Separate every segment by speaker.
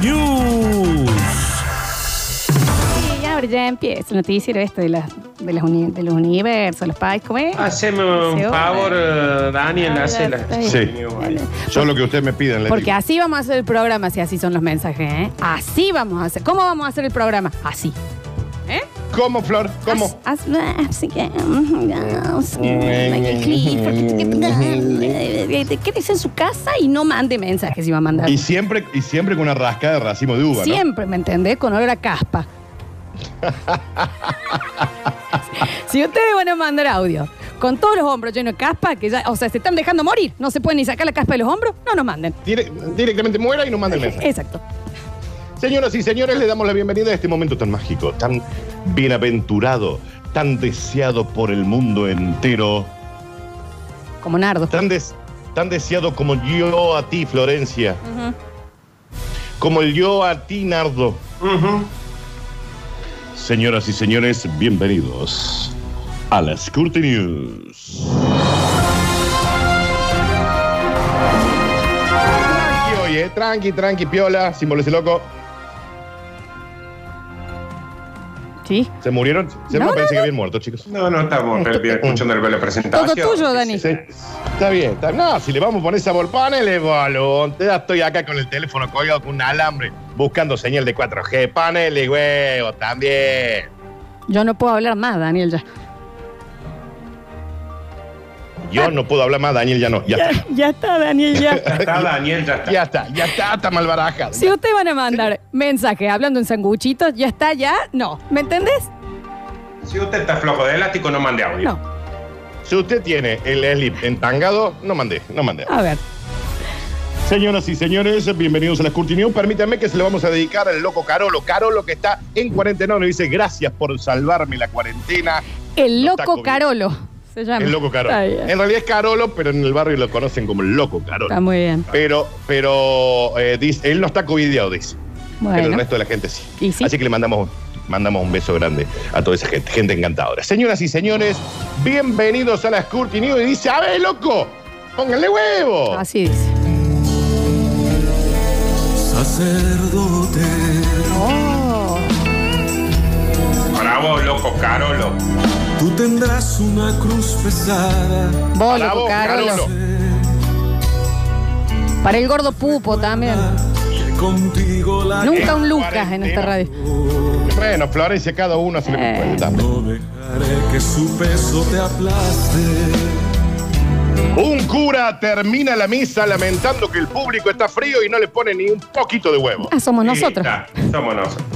Speaker 1: News.
Speaker 2: Y ahora ya empieza el noticiero este de, las, de, las uni- de los universos, los países, ¿cómo es?
Speaker 3: Haceme un
Speaker 2: Sí, Ah,
Speaker 3: favor, eh, Daniel, hacela.
Speaker 4: Sí. Yo lo que ustedes me pidan, le
Speaker 2: Porque
Speaker 4: digo.
Speaker 2: así vamos a hacer el programa, si así son los mensajes, ¿eh? Así vamos a hacer. ¿Cómo vamos a hacer el programa? Así. ¿Eh?
Speaker 4: ¿Cómo, Flor? ¿Cómo?
Speaker 2: As- as- así que, mm, ya, así, like a clip, porque- Quédese en su casa y no mande mensajes si va a mandar.
Speaker 4: Y siempre, y siempre con una rascada de racimo de uva, ¿no?
Speaker 2: Siempre, ¿me entendés? Con olor a caspa. si ustedes van a mandar audio con todos los hombros llenos de caspa, que ya, o sea, se están dejando morir, no se pueden ni sacar la caspa de los hombros, no nos manden.
Speaker 4: Dire- directamente muera y nos manda el mensaje.
Speaker 2: Exacto.
Speaker 4: Señoras y señores, le damos la bienvenida a este momento tan mágico, tan bienaventurado, tan deseado por el mundo entero,
Speaker 2: Como Nardo.
Speaker 4: tan, des- tan deseado como yo a ti, Florencia, como yo a ti, Nardo.
Speaker 3: Ujú.
Speaker 4: Señoras y señores, bienvenidos a las Curti News. Tranqui, oye, tranqui, tranqui, piola, símbolo ese loco.
Speaker 2: Sí.
Speaker 4: ¿Se murieron? Se
Speaker 2: No,
Speaker 4: me
Speaker 2: no,
Speaker 4: pensé que habían muerto, chicos.
Speaker 3: No, no estamos perdidos escuchando la
Speaker 2: Todo
Speaker 3: presentación.
Speaker 2: tuyo, Dani.
Speaker 4: Sí, está bien, está bien. No, si le vamos a poner sabor, ponele balón. Ya estoy acá con el teléfono colgado con un alambre, buscando señal de 4G. Ponele huevo también.
Speaker 2: Yo no puedo hablar más, Daniel, ya.
Speaker 4: Yo no puedo hablar más, Daniel, ya no. Ya, está.
Speaker 2: está, Daniel,
Speaker 3: Ya está, Daniel, ya está.
Speaker 4: ya está, ya está, está mal barajado.
Speaker 2: Si ustedes van a mandar mensajes hablando en sanguchitos, ya está, ya, no. ¿Me entendés?
Speaker 3: Si usted está flojo de elástico, no mande audio.
Speaker 2: No.
Speaker 4: Si usted tiene el slip entangado, no mandé, no mandé.
Speaker 2: A ver.
Speaker 4: Señoras y señores, bienvenidos a las Curti News. Permítanme que se lo vamos a dedicar al loco Carolo. Carolo que está en cuarentena, nos dice gracias por salvarme la cuarentena.
Speaker 2: El
Speaker 4: No está
Speaker 2: loco
Speaker 4: COVID.
Speaker 2: Carolo se llama.
Speaker 4: El loco Carolo.
Speaker 2: Está, bien.
Speaker 4: En realidad es Carolo, pero en el barrio lo conocen como el loco
Speaker 2: Está
Speaker 4: Carolo.
Speaker 2: muy bien.
Speaker 4: Pero, pero eh, dice, él no está covidiado, dice. Pero el
Speaker 2: Bueno.
Speaker 4: resto de la gente sí.
Speaker 2: Y sí.
Speaker 4: Así que le mandamos, mandamos un beso grande a toda esa gente, gente encantadora. Señoras y señores, bienvenidos a las Curti News. Y dice, a ver, loco, pónganle huevo.
Speaker 2: Así dice.
Speaker 5: Sacerdote,
Speaker 2: Oh.
Speaker 3: Bravo, loco, Carolo.
Speaker 5: tú tendrás una cruz pesada.
Speaker 2: Vos,
Speaker 4: Para
Speaker 2: loco
Speaker 4: vos,
Speaker 2: Carolo.
Speaker 4: Carolo.
Speaker 2: Para el gordo pupo también.
Speaker 5: Contigo la
Speaker 2: Nunca
Speaker 4: en
Speaker 2: un Lucas en esta
Speaker 4: Ah, cuarentena.
Speaker 2: radio.
Speaker 4: Bueno, Florencia, cada uno hace lo que
Speaker 2: Eh.
Speaker 4: puede también.
Speaker 5: no dejaré que su peso te aplaste.
Speaker 4: Un cura termina la misa lamentando que el público está frío y no le pone ni un poquito de huevo.
Speaker 2: Ah, somos nosotros.
Speaker 3: Ya, somos nosotros.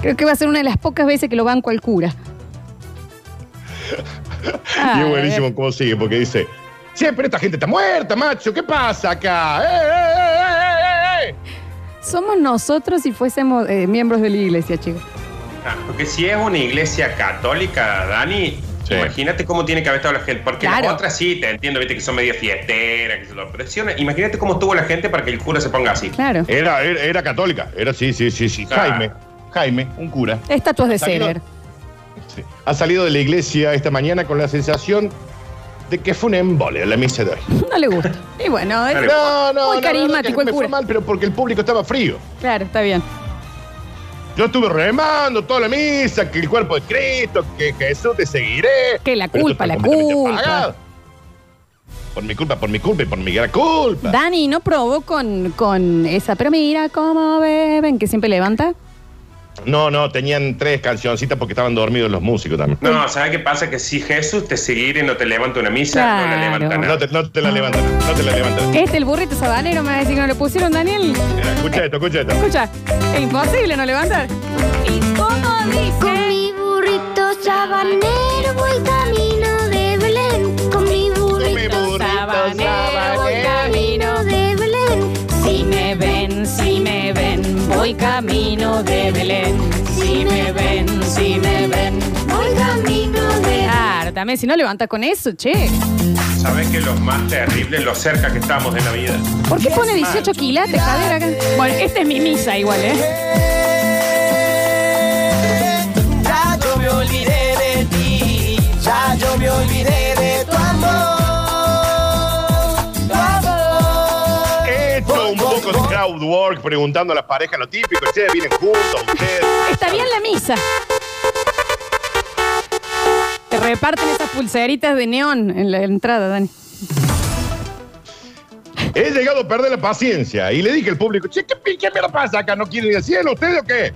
Speaker 2: Creo que va a ser una de las pocas veces que lo banco al cura.
Speaker 4: y
Speaker 2: Ah,
Speaker 4: es buenísimo cómo sigue, porque dice, che, pero esta gente está muerta, macho, ¿qué pasa acá? ¡Eh, eh, eh, eh, eh, eh!
Speaker 2: Somos nosotros si fuésemos eh, miembros de la iglesia, chicos.
Speaker 3: Ah, porque si es una iglesia católica, Dani,
Speaker 4: Sí.
Speaker 3: imagínate cómo tiene que haber estado la gente. Porque
Speaker 2: Claro.
Speaker 3: las otras sí, te entiendo, viste que son medio fiesteras, que se lo presionan. Imagínate cómo estuvo la gente para que el cura se ponga así.
Speaker 2: Claro.
Speaker 4: Era, era, era católica, era sí, sí, sí, sí.
Speaker 3: Claro.
Speaker 4: Jaime, Jaime, un cura.
Speaker 2: Estatuas de
Speaker 4: Salido-
Speaker 2: Sever.
Speaker 4: sí, ha salido de la iglesia esta mañana con la sensación de que fue un embole la misa de hoy.
Speaker 2: No le gusta. Y bueno, eh,
Speaker 3: Claro.
Speaker 4: No, no,
Speaker 2: Muy
Speaker 4: no,
Speaker 2: carismático
Speaker 4: no,
Speaker 2: el
Speaker 4: no, que me
Speaker 2: cura.
Speaker 4: fue mal, pero porque el público estaba frío.
Speaker 2: claro, está bien.
Speaker 4: Yo estuve remando toda la misa, que el cuerpo de Cristo, que Jesús te seguiré.
Speaker 2: Que la
Speaker 4: Pero esto
Speaker 2: culpa,
Speaker 4: está
Speaker 2: la
Speaker 4: completamente
Speaker 2: culpa.
Speaker 4: apagado. Por mi culpa, por mi culpa y por mi gran culpa.
Speaker 2: Dani no probó con, con esa, pero mira cómo beben, que siempre levanta.
Speaker 4: No, no, tenían tres cancioncitas porque estaban dormidos los músicos también.
Speaker 3: No, ¿sabes qué pasa? Que si Jesús te seguir y no te levanta una misa, no
Speaker 2: Claro.
Speaker 3: la levanta nada.
Speaker 4: No te, no te la levantan, no te la levantan.
Speaker 2: Este, el burrito sabanero, me va a decir que no lo pusieron, Daniel.
Speaker 4: Mira, Escucha esto, escucha esto.
Speaker 2: Escucha, es imposible no levantar. ¿Y cómo
Speaker 6: Con
Speaker 2: dice?
Speaker 6: mi burrito sabanero voy camino de Belén. Con mi burrito
Speaker 2: Sabanero, voy
Speaker 6: camino
Speaker 2: camino de...
Speaker 6: de Belén.
Speaker 2: Si me ven, si me ven, voy camino de Belén. Si me ven, si me ven.
Speaker 6: Voy camino de
Speaker 2: Claro, también. Si no levanta con eso, che.
Speaker 3: ¿Sabes que lo más terrible es lo cerca que estamos de la vida?
Speaker 2: ¿Por qué pone 18 quilates, Javier, acá? Bueno, esta es mi misa igual, ¿eh?
Speaker 7: Ya yo me olvidé de ti, ya yo me olvidé de tu amor. Tu amor.
Speaker 4: He hecho un poco de crowdwork preguntando a las parejas lo típico. Ustedes vienen juntos, ustedes.
Speaker 2: Está bien la misa. Te reparten esas pulseritas de neón en la entrada, Dani.
Speaker 4: He llegado a perder la paciencia y le dije al público, che, ¿qué, pi- qué mierda pasa acá? ¿No quieren ir al cielo ustedes o qué?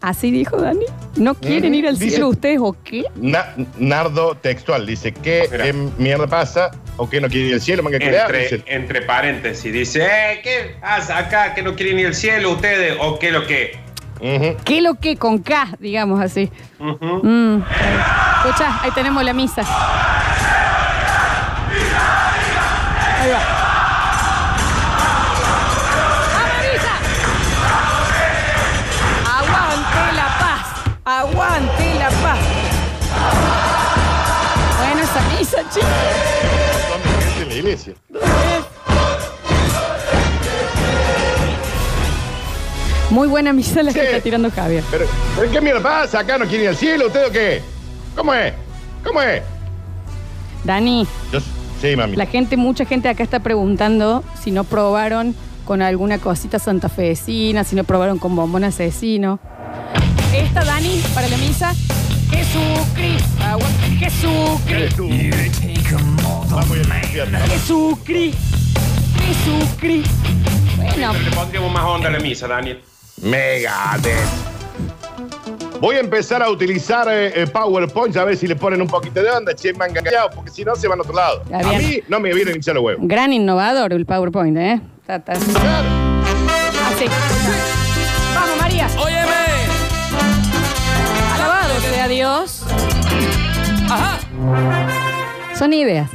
Speaker 2: Así dijo Dani. ¿No quieren
Speaker 4: Ujú.
Speaker 2: ir al
Speaker 4: ¿Eh? Dice-
Speaker 2: cielo ustedes o qué?
Speaker 4: Na- Nardo textual dice, ¿qué
Speaker 3: Mira.
Speaker 4: eh, mierda pasa? ¿O qué no quieren ir al cielo? Manga culiao,
Speaker 3: Entre,
Speaker 4: dice.
Speaker 3: entre paréntesis, dice, eh, ¿qué pasa acá? ¿Que no quieren ir al cielo ustedes? ¿O qué lo que?
Speaker 4: Ujú.
Speaker 2: ¿Qué lo que con K, digamos así?
Speaker 3: Ujú.
Speaker 2: Mm. Escucha, ahí tenemos la misa. Ahí va. ¡Vamos, misa! Aguante la paz. Aguante la paz. Bueno, esa misa, chicos.
Speaker 4: Son gente de la iglesia.
Speaker 2: Muy buena misa la que
Speaker 4: Sí.
Speaker 2: está tirando Javier.
Speaker 4: Pero, ¿pero qué mierda pasa acá? ¿No quieren ir al cielo ustedes o qué? ¿Cómo es? ¿Cómo es?
Speaker 2: Dani,
Speaker 4: Yo- sí, mami.
Speaker 2: la gente, mucha gente acá está preguntando si no probaron con alguna cosita santafesina, si no probaron con bombón asesino. Esta, Dani, para la misa, Jesucristo, aguante, Jesucristo,
Speaker 4: Tú. Vamos a ir al infierno.
Speaker 2: Jesucristo, Jesucristo. Bueno,
Speaker 3: Le pondríamos más onda a la misa, Daniel.
Speaker 4: Megadeth. Voy a empezar a utilizar eh, eh, PowerPoint a ver si le ponen un poquito de onda, che, manga callado, porque si no se van a otro lado.
Speaker 2: Está
Speaker 4: A
Speaker 2: bien.
Speaker 4: mí no me vienen a hinchar los huevos.
Speaker 2: gran innovador el PowerPoint, ¿eh? Ta, ta.
Speaker 4: Claro.
Speaker 2: Así. Vamos, María.
Speaker 7: Óyeme,
Speaker 2: Alabado sea Dios. Son ideas.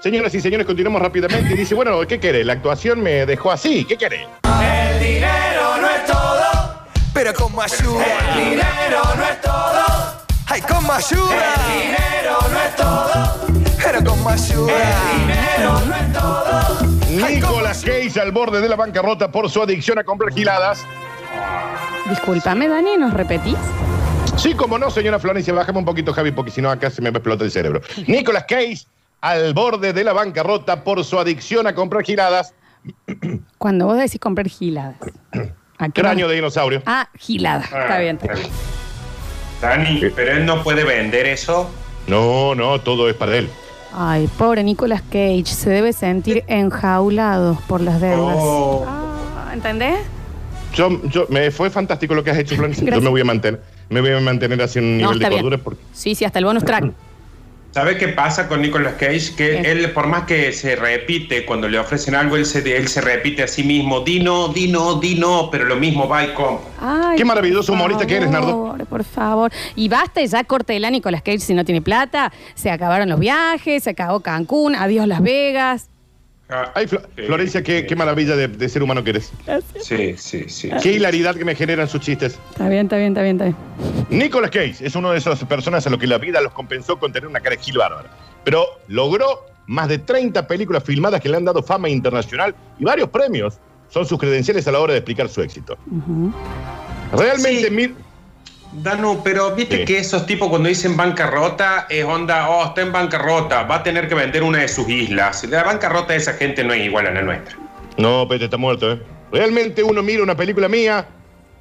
Speaker 4: Señoras y señores, continuamos rápidamente. Y dice, bueno, ¿qué querés? La actuación me dejó así. ¿Qué querés?
Speaker 7: el dinero no es todo, pero como ayuda. El dinero no es todo, ay, como ayuda. El dinero no es todo, pero como ayuda. El dinero no es todo.
Speaker 4: Nicolas Cage al borde de la bancarrota por su adicción a comprar giladas.
Speaker 2: Discúlpame, Dani, ¿nos repetís?
Speaker 4: Sí, como no, señora Florencia, bájame un poquito, Javi, porque si no acá se me explota el cerebro. Nicolas Cage al borde de la bancarrota por su adicción a comprar giladas.
Speaker 2: Cuando vos decís comprar giladas. ¿a qué
Speaker 4: Cráneo
Speaker 2: vas?
Speaker 4: de dinosaurio.
Speaker 2: Ah, gilada. Está bien.
Speaker 3: Dani, pero él no puede vender eso.
Speaker 4: No, no, todo es para él.
Speaker 2: Ay, pobre Nicolas Cage. Se debe sentir enjaulado por las deudas.
Speaker 3: Oh.
Speaker 2: Ah, ¿Entendés?
Speaker 4: Yo, yo- me fue fantástico lo que has hecho, Florencia. Yo
Speaker 2: Gracias.
Speaker 4: me voy a mantener, me voy a mantener así un
Speaker 2: No,
Speaker 4: nivel de
Speaker 2: está bien.
Speaker 4: cordura porque
Speaker 2: Sí, sí, hasta el bonus track.
Speaker 3: ¿Sabes qué pasa con Nicolas Cage? Que
Speaker 2: ¿Qué?
Speaker 3: él, por más que se repite, cuando le ofrecen algo, él se, él se repite a sí mismo, di no, di no, di no, pero lo mismo va y compra.
Speaker 2: Ay,
Speaker 4: Qué maravilloso
Speaker 2: por
Speaker 4: humorista que eres, Nardo.
Speaker 2: favor, Por favor. Y basta ya cortela Nicolas Cage si no tiene plata. Se acabaron los viajes, se acabó Cancún, adiós Las Vegas.
Speaker 3: Ah,
Speaker 4: Ay, Flo-
Speaker 3: sí,
Speaker 4: Florencia, qué,
Speaker 3: sí,
Speaker 4: qué maravilla de, de ser humano que eres.
Speaker 3: Sí, sí, sí.
Speaker 4: Qué hilaridad que me generan sus chistes.
Speaker 2: Está bien, está bien, está bien, está bien.
Speaker 4: Nicolas Cage es una de esas personas a lo que la vida los compensó con tener una cara de Gil bárbara. Pero logró más de 30 películas filmadas que le han dado fama internacional y varios premios son sus credenciales a la hora de explicar su éxito. Realmente,
Speaker 3: Sí.
Speaker 4: mir-
Speaker 3: Danu, pero viste
Speaker 4: Sí.
Speaker 3: que esos tipos cuando dicen bancarrota es onda, oh, está en bancarrota, va a tener que vender una de sus islas. La bancarrota de esa gente no es igual a la nuestra.
Speaker 4: No, Pete está muerto, ¿eh? Realmente uno mira una película mía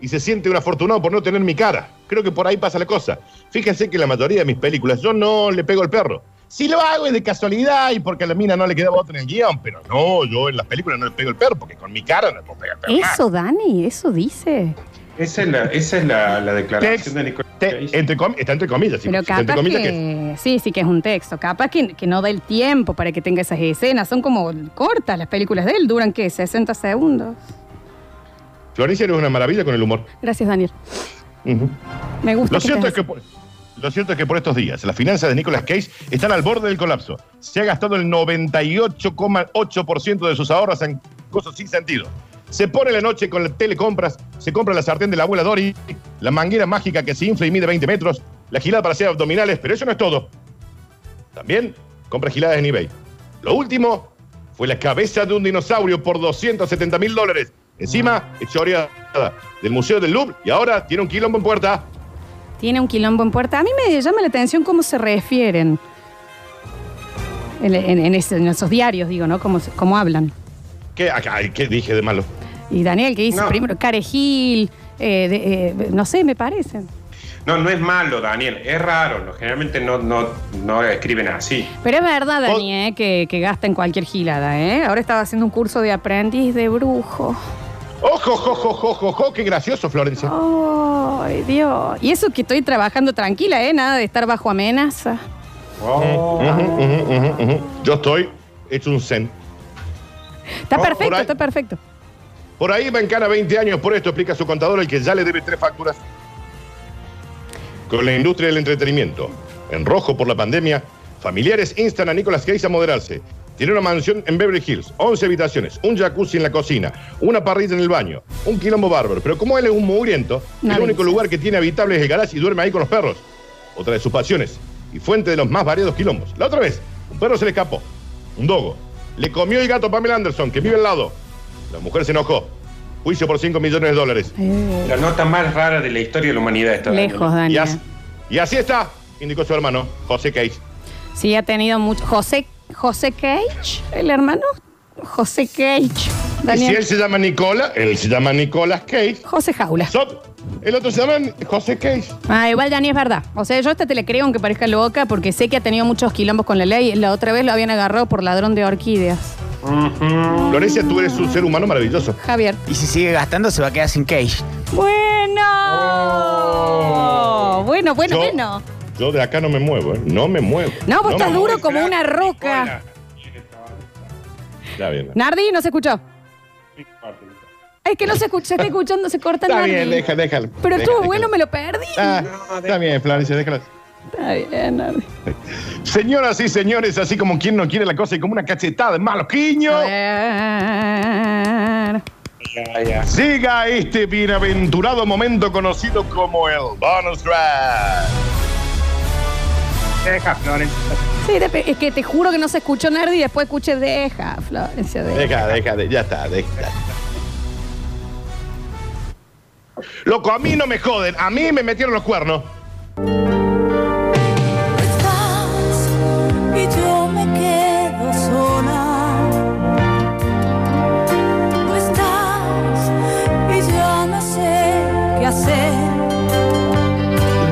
Speaker 4: y se siente un afortunado por no tener mi cara. Creo que por ahí pasa la cosa. Fíjense que la mayoría de mis películas yo no le pego el perro. Si lo hago es de casualidad y porque a la mina no le quedaba otro en el guión, pero no, yo en las películas no le pego el perro porque con mi cara no le puedo pegar el perro.
Speaker 2: Eso, Dani, eso dice.
Speaker 3: Esa es la, esa es la, la declaración de Nicolas
Speaker 4: Te-
Speaker 3: Cage.
Speaker 4: entre com- está entre comillas, sí.
Speaker 2: Pero
Speaker 4: Está entre
Speaker 2: capaz que,
Speaker 4: comillas que-
Speaker 2: sí, sí que es un texto. Capaz que, que no da el tiempo para que tenga esas escenas. Son como cortas las películas de él. Duran, ¿qué? 60 segundos.
Speaker 4: Florencia no es una maravilla con el humor.
Speaker 2: Gracias, Daniel.
Speaker 4: Ujú.
Speaker 2: Me gusta.
Speaker 4: Lo cierto, es
Speaker 2: estés
Speaker 4: que por, lo cierto es que por estos días las finanzas de Nicolas Cage están al borde del colapso. Se ha gastado el 98,8% de sus ahorros en cosas sin sentido. Se pone la noche con las telecompras, se compra la sartén de la abuela Dory, la manguera mágica que se infla y mide 20 metros, la gilada para hacer abdominales, pero eso no es todo. También compra giladas en eBay. Lo último fue la cabeza de un dinosaurio por 270 mil dólares. Encima, historiada del Museo del Louvre y ahora tiene un quilombo en puerta.
Speaker 2: Tiene un quilombo en puerta. A mí me llama la atención cómo se refieren. En, en- en ese- en esos diarios, digo, ¿no? Cómo, se- cómo hablan.
Speaker 4: ¿Qué, acá- ay, ¿Qué dije de malo?
Speaker 2: Y Daniel que dice
Speaker 3: No.
Speaker 2: primero Carejil, eh, de- eh, no sé, me parecen.
Speaker 3: No, no es malo, Daniel. Es raro. No, generalmente no, no, no escriben así.
Speaker 2: Pero es verdad,
Speaker 4: Vos-
Speaker 2: Dani, eh, que, que gasta en cualquier gilada, ¿eh? Ahora estaba haciendo un curso de aprendiz de brujo.
Speaker 4: ¡Ojo, ojo, ojo, ojo, ojo! ¡Qué gracioso, Florencia!
Speaker 2: Ah. ¡Ay, Dios! Y eso que estoy trabajando tranquila, ¿eh? Nada de estar bajo amenaza.
Speaker 3: Oh.
Speaker 4: Ujú, ujú, ujú, ujú. Yo estoy hecho un zen.
Speaker 2: Está
Speaker 4: Oh, por
Speaker 2: perfecto,
Speaker 4: ahí.
Speaker 2: está perfecto.
Speaker 4: Por ahí va en cara 20 años, por esto explica su contador el que ya le debe tres facturas. Con la industria del entretenimiento, en rojo por la pandemia, familiares instan a Nicolas Cage a moderarse. Tiene una mansión en Beverly Hills, 11 habitaciones, un jacuzzi en la cocina, una parrilla en el baño, un quilombo bárbaro. Pero como él es un mugriento,
Speaker 2: No
Speaker 4: el único
Speaker 2: dices.
Speaker 4: lugar que tiene habitable es el garage y duerme ahí con los perros. Otra de sus pasiones y fuente de los más variados quilombos. La otra vez, un perro se le escapó, un dogo. Le comió el gato a Pamela Anderson, que vive al lado. La mujer se enojó. Juicio por 5 millones de dólares.
Speaker 2: Eh,
Speaker 3: La nota más rara de la historia de la humanidad está.
Speaker 2: lejos,
Speaker 3: Daniel.
Speaker 2: Dani.
Speaker 4: Y,
Speaker 2: eh.
Speaker 4: as- y así está, indicó su hermano, José Cage.
Speaker 2: Sí, ha tenido mucho. José, José Cage, el hermano. José Cage.
Speaker 4: Y si él
Speaker 2: Daniel.
Speaker 4: se llama Nicola, él se llama Nicolas Cage.
Speaker 2: José Jaula.
Speaker 4: So- el otro se llama José Cage.
Speaker 2: Ah, igual Dani es verdad. O sea, yo esta te la creo aunque parezca loca porque sé que ha tenido muchos quilombos con la ley. La otra vez lo habían agarrado por ladrón de orquídeas.
Speaker 4: Florencia, tú eres un ser humano maravilloso.
Speaker 2: Javier.
Speaker 8: Y si sigue gastando, se va a quedar sin cage.
Speaker 2: Bueno. Bueno, bueno,
Speaker 4: Oh. Yo-
Speaker 2: bueno.
Speaker 4: Yo de acá no me muevo, ¿eh? No me muevo.
Speaker 2: No, vos
Speaker 4: me
Speaker 2: estás
Speaker 4: muevo.
Speaker 2: duro como una roca.
Speaker 4: Está bien.
Speaker 2: Nardi, no se escuchó. Es que no se escucha, se está escuchando, se corta
Speaker 4: Está
Speaker 2: Nardi.
Speaker 4: bien, deja, déjalo.
Speaker 2: Pero
Speaker 4: Deja,
Speaker 2: estuvo
Speaker 4: déjalo.
Speaker 2: bueno, me lo perdí.
Speaker 4: Ah, está bien, Florencia, déjalo.
Speaker 2: Está bien, Nardi.
Speaker 4: Señoras y señores, así como quien no quiere la cosa y como una cachetada de maloquiño.
Speaker 2: A ver.
Speaker 4: Llega este bienaventurado momento conocido como el bonus track.
Speaker 3: Deja, Florencia.
Speaker 2: Sí, de- es que te juro que no se escuchó Nardi y después escuché deja, Florencia, deja.
Speaker 4: Deja, deja, de- ya está, deja. Loco, a mí no me joden, a mí me metieron los cuernos.
Speaker 9: estás y yo me quedo sola. No estás y ya no sé qué hacer.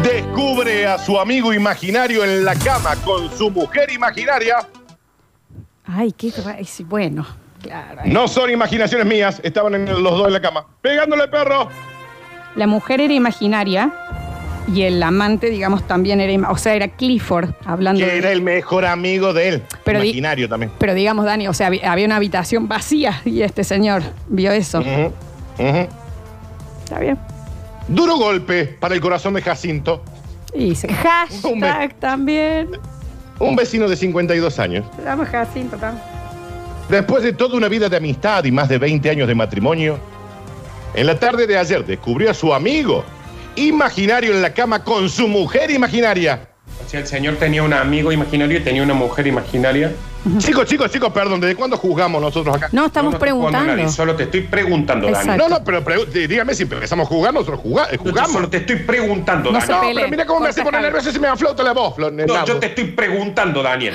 Speaker 4: Descubre a su amigo imaginario en la cama con su mujer imaginaria.
Speaker 2: Ay, qué ra- sí, Bueno, claro.
Speaker 4: No son imaginaciones mías, estaban en- los dos en la cama. Pegándole perro.
Speaker 2: La mujer era imaginaria y el amante, digamos, también era. ima- O sea, era Clifford hablando.
Speaker 4: Que
Speaker 2: de-
Speaker 4: era el mejor amigo de él.
Speaker 2: Pero di-
Speaker 4: imaginario también.
Speaker 2: Pero digamos, Dani, o sea, hab- había una habitación vacía y este señor vio eso.
Speaker 4: Ujú, ujú.
Speaker 2: Está bien.
Speaker 4: Duro golpe para el corazón de Jacinto.
Speaker 2: Y dice, hashtag
Speaker 4: Hombre.
Speaker 2: también.
Speaker 4: Un vecino de 52 años.
Speaker 2: Te damos Jacinto también.
Speaker 4: Después de toda una vida de amistad y más de 20 años de matrimonio, en la tarde de ayer descubrió a su amigo imaginario en la cama con su mujer imaginaria.
Speaker 3: O sea, el señor tenía un amigo imaginario y tenía una mujer imaginaria.
Speaker 4: Chicos, chicos, chicos, perdón, ¿desde cuándo juzgamos nosotros acá?
Speaker 2: No,
Speaker 3: No,
Speaker 2: estamos
Speaker 3: no estoy jugando a
Speaker 2: preguntando.
Speaker 3: nadie, solo te estoy preguntando, Dani.
Speaker 2: Exacto.
Speaker 4: No, no, pero pregu- dí- dígame si empezamos a jugar, nosotros juga- eh,
Speaker 3: No, yo
Speaker 4: jugamos. Ah,
Speaker 3: solo te estoy preguntando,
Speaker 2: No se
Speaker 4: No,
Speaker 3: Daniel.
Speaker 2: Pele,
Speaker 4: pero mira cómo me hace
Speaker 2: corta,
Speaker 4: poner
Speaker 2: Javi.
Speaker 4: nervioso y se me aflota la voz, Flor.
Speaker 3: No,
Speaker 4: Nabo.
Speaker 3: yo te estoy preguntando, Daniel.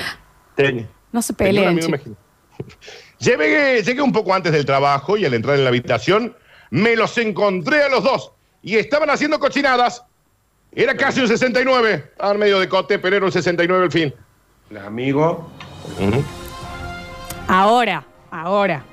Speaker 4: Ten-
Speaker 2: No se
Speaker 4: Tenía un
Speaker 2: peleen.
Speaker 4: amigo
Speaker 2: chicos.
Speaker 4: imaginario. Llegué, llegué un poco antes del trabajo y al entrar en la habitación me los encontré a los dos y estaban haciendo cochinadas. Era casi un 69, al medio de cote, pero era un 69 al fin.
Speaker 3: El amigo.
Speaker 2: Ahora, ahora.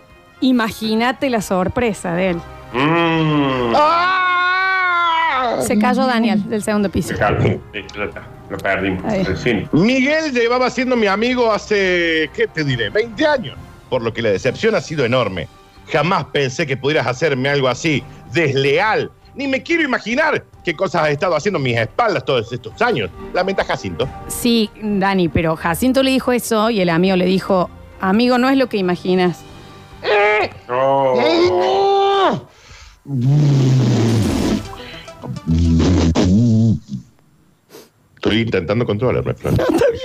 Speaker 2: Imagínate la sorpresa de él.
Speaker 3: Mm.
Speaker 4: ¡Ah!
Speaker 2: Se cayó Daniel del segundo piso.
Speaker 3: Dejarlo. Sí, ya está. Lo perdimos.
Speaker 2: Ahí.
Speaker 3: En fin.
Speaker 4: Miguel llevaba siendo mi amigo hace, ¿qué te diré? 20 años, por lo que la decepción ha sido enorme. Jamás pensé que pudieras hacerme algo así, desleal. Ni me quiero imaginar qué cosas has estado haciendo a mis espaldas todos estos años. Lamenta Jacinto.
Speaker 2: Sí, Dani, pero Jacinto le dijo eso y el amigo le dijo, amigo, no es lo que imaginas.
Speaker 3: Oh.
Speaker 4: Estoy Estoy intentando controlarme, Flor.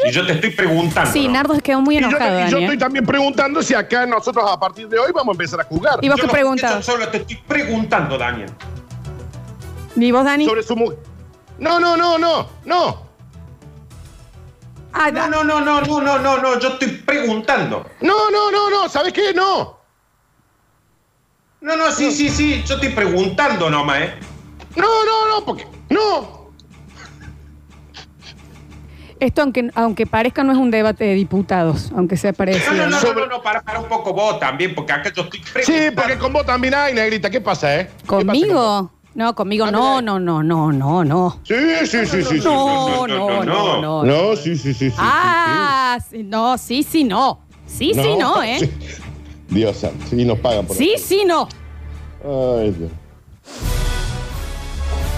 Speaker 3: Y yo te estoy preguntando.
Speaker 2: Sí,
Speaker 3: ¿no?
Speaker 2: Nardo quedó muy
Speaker 4: Y yo,
Speaker 2: enojado, ¿eh?
Speaker 4: y yo
Speaker 2: Daniel.
Speaker 4: estoy también preguntando si acá nosotros a partir de hoy vamos a empezar a jugar.
Speaker 2: Y vos
Speaker 3: Yo
Speaker 2: qué
Speaker 3: no-
Speaker 2: preguntas.
Speaker 3: yo solo te estoy preguntando, Daniel.
Speaker 2: ¿Y vos, Dani?
Speaker 4: Sobre su mujer. No, no, no, no, no.
Speaker 2: Ah,
Speaker 3: No, no, no, no, no, no, no, no, yo estoy preguntando.
Speaker 4: No, no, no, no. ¿Sabes qué? No.
Speaker 3: No, no, sí, sí, sí, yo estoy preguntando nomás, ¿eh?
Speaker 4: No, no, no, porque. No.
Speaker 2: Esto, aunque, aunque parezca, no es un debate de diputados, aunque sea
Speaker 3: No,
Speaker 2: parecido.
Speaker 3: no, no, no,
Speaker 4: Sobre-
Speaker 3: no, no, para, para un poco vos también, porque acá yo estoy
Speaker 4: Sí,
Speaker 3: preguntando.
Speaker 4: porque con vos también hay, negrita. ¿Qué pasa, eh? ¿Qué pasa con vos?
Speaker 2: ¿Conmigo? No, conmigo no, no, no, no, no, no.
Speaker 4: Sí, sí, sí, sí. sí.
Speaker 2: No,
Speaker 3: no,
Speaker 2: no,
Speaker 3: no,
Speaker 2: no, no.
Speaker 3: no.
Speaker 4: No, sí, sí, sí. sí,
Speaker 2: Ah, sí, no, sí, sí, no. Sí,
Speaker 4: sí, sí.
Speaker 2: sí, no, ¿eh?
Speaker 4: sí. Dios santo. Sí, nos pagan por
Speaker 2: Sí, sí, no.
Speaker 4: Ay, Dios.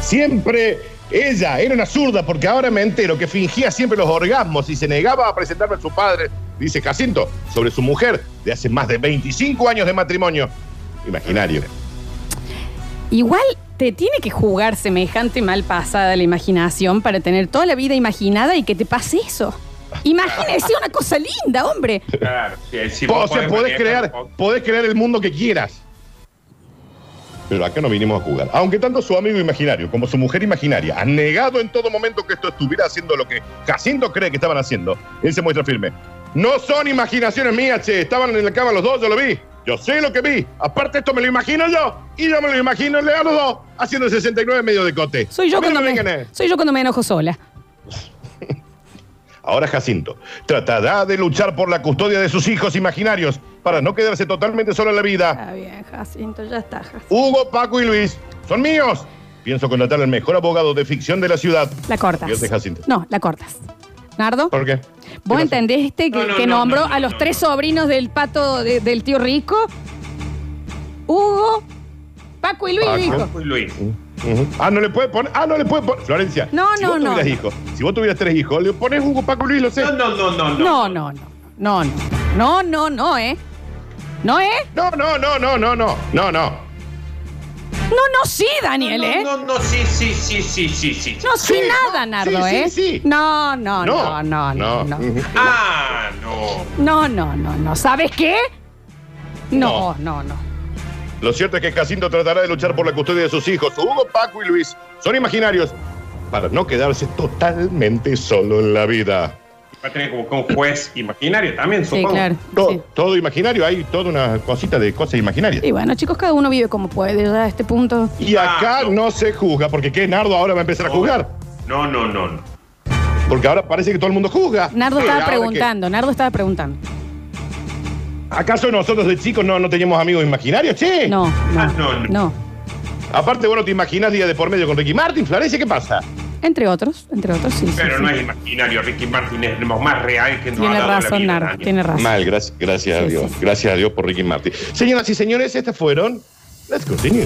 Speaker 4: Siempre ella era una zurda porque ahora me entero que fingía siempre los orgasmos y se negaba a presentarme a su padre, dice Jacinto, sobre su mujer de hace más de 25 años de matrimonio. Imaginario.
Speaker 2: Igual te tiene que jugar semejante mal pasada la imaginación para tener toda la vida imaginada y que te pase eso. Imagínese una cosa linda, hombre.
Speaker 3: Claro, sí, sí,
Speaker 4: o
Speaker 3: vos
Speaker 4: sea,
Speaker 3: manejar
Speaker 4: podés crear,
Speaker 3: un poco.
Speaker 4: podés crear el mundo que quieras. Pero acá no vinimos a jugar. Aunque tanto su amigo imaginario como su mujer imaginaria han negado en todo momento que esto estuviera haciendo lo que Jacinto cree que estaban haciendo, él se muestra firme. No son imaginaciones mías, che. Estaban en la cama los dos, yo lo vi. Yo sé lo que vi. Aparte, esto me lo imagino yo. Y yo me lo imagino a los dos haciendo el 69 medio de cote.
Speaker 2: Soy yo,
Speaker 4: A mí no
Speaker 2: cuando
Speaker 4: me
Speaker 2: me,
Speaker 4: vengan eh. a-
Speaker 2: soy yo cuando me enojo sola.
Speaker 4: Ahora Jacinto tratará de luchar por la custodia de sus hijos imaginarios para no quedarse totalmente solo en la vida.
Speaker 2: Está bien, Jacinto, ya está. Jacinto.
Speaker 4: Hugo, Paco y Luis son míos. Pienso contratar al mejor abogado de ficción de la ciudad.
Speaker 2: La cortas.
Speaker 4: Dios de Jacinto.
Speaker 2: No, la cortas. Nardo,
Speaker 4: ¿Por qué?
Speaker 2: vos entendiste que,
Speaker 3: No, no,
Speaker 2: que
Speaker 3: no,
Speaker 2: nombró
Speaker 3: no, no,
Speaker 2: a los
Speaker 3: no,
Speaker 2: tres sobrinos del pato de- del tío rico. Hugo, Paco y Luis
Speaker 4: Paco.
Speaker 2: dijo.
Speaker 3: Uy, Luis.
Speaker 4: Ujú. Ah, no le puede poner. Ah, no le puede poner. Florencia.
Speaker 2: No,
Speaker 4: si
Speaker 2: no,
Speaker 4: vos
Speaker 2: no,
Speaker 4: Tuvieras
Speaker 2: no.
Speaker 4: hijos, si vos tuvieras tres hijos, le pones Hugo, Paco y Luis, lo sé.
Speaker 3: No, no, no, no, no.
Speaker 2: No, no, no, no, no, no, no, no, ¿eh? ¿No, eh?
Speaker 4: No, no, no, no, no, no. No, no.
Speaker 2: No, no, sí, Daniel, ¿eh?
Speaker 3: No, no, no, sí, sí, sí, sí, sí, sí.
Speaker 2: No, sí,
Speaker 4: Sí,
Speaker 2: nada,
Speaker 4: no,
Speaker 2: Nardo,
Speaker 4: sí, sí,
Speaker 2: ¿eh?
Speaker 4: sí.
Speaker 2: No, no, no, no, no, no.
Speaker 4: Ujú.
Speaker 3: Ah, no.
Speaker 2: No, no, no, no. ¿Sabes qué? No, no, no.
Speaker 4: Lo cierto es que Jacinto tratará de luchar por la custodia de sus hijos. Hugo, Paco y Luis son imaginarios para no quedarse totalmente solo en la vida.
Speaker 3: Va a tener como que un juez imaginario también,
Speaker 2: Sí,
Speaker 3: supongo.
Speaker 2: claro.
Speaker 4: Todo,
Speaker 2: sí.
Speaker 4: todo imaginario, hay toda una cosita de cosas imaginarias.
Speaker 2: Y bueno, chicos, cada uno vive como puede ya a este punto.
Speaker 4: Y acá
Speaker 3: Nardo.
Speaker 4: no se juzga, porque ¿qué? Nardo ahora va a empezar a juzgar.
Speaker 3: No, no, no, no.
Speaker 4: Porque ahora parece que todo el mundo juzga.
Speaker 2: Nardo
Speaker 4: Pero
Speaker 2: estaba
Speaker 4: ahora que-
Speaker 2: preguntando, Nardo estaba preguntando.
Speaker 4: ¿Acaso nosotros de chicos no, no teníamos amigos imaginarios, che?
Speaker 2: No,
Speaker 3: Ah,
Speaker 2: no,
Speaker 3: no, no.
Speaker 2: no.
Speaker 4: Aparte, bueno, te imaginas día de por medio con Ricky Martin, Florencia, ¿qué pasa?
Speaker 2: Entre otros, entre otros, sí. sí,
Speaker 3: Pero
Speaker 2: sí.
Speaker 3: no es imaginario, Ricky Martin es lo más real que nos ha
Speaker 2: Tiene
Speaker 3: dado la
Speaker 2: razón,
Speaker 3: vida,
Speaker 2: Nardo,
Speaker 3: Daniel.
Speaker 2: tiene razón.
Speaker 4: Mal, gracias, gracias
Speaker 2: Sí,
Speaker 4: a Dios.
Speaker 2: sí, sí.
Speaker 4: Gracias a Dios por Ricky Martin. Señoras y señores, estas fueron. Let's continue.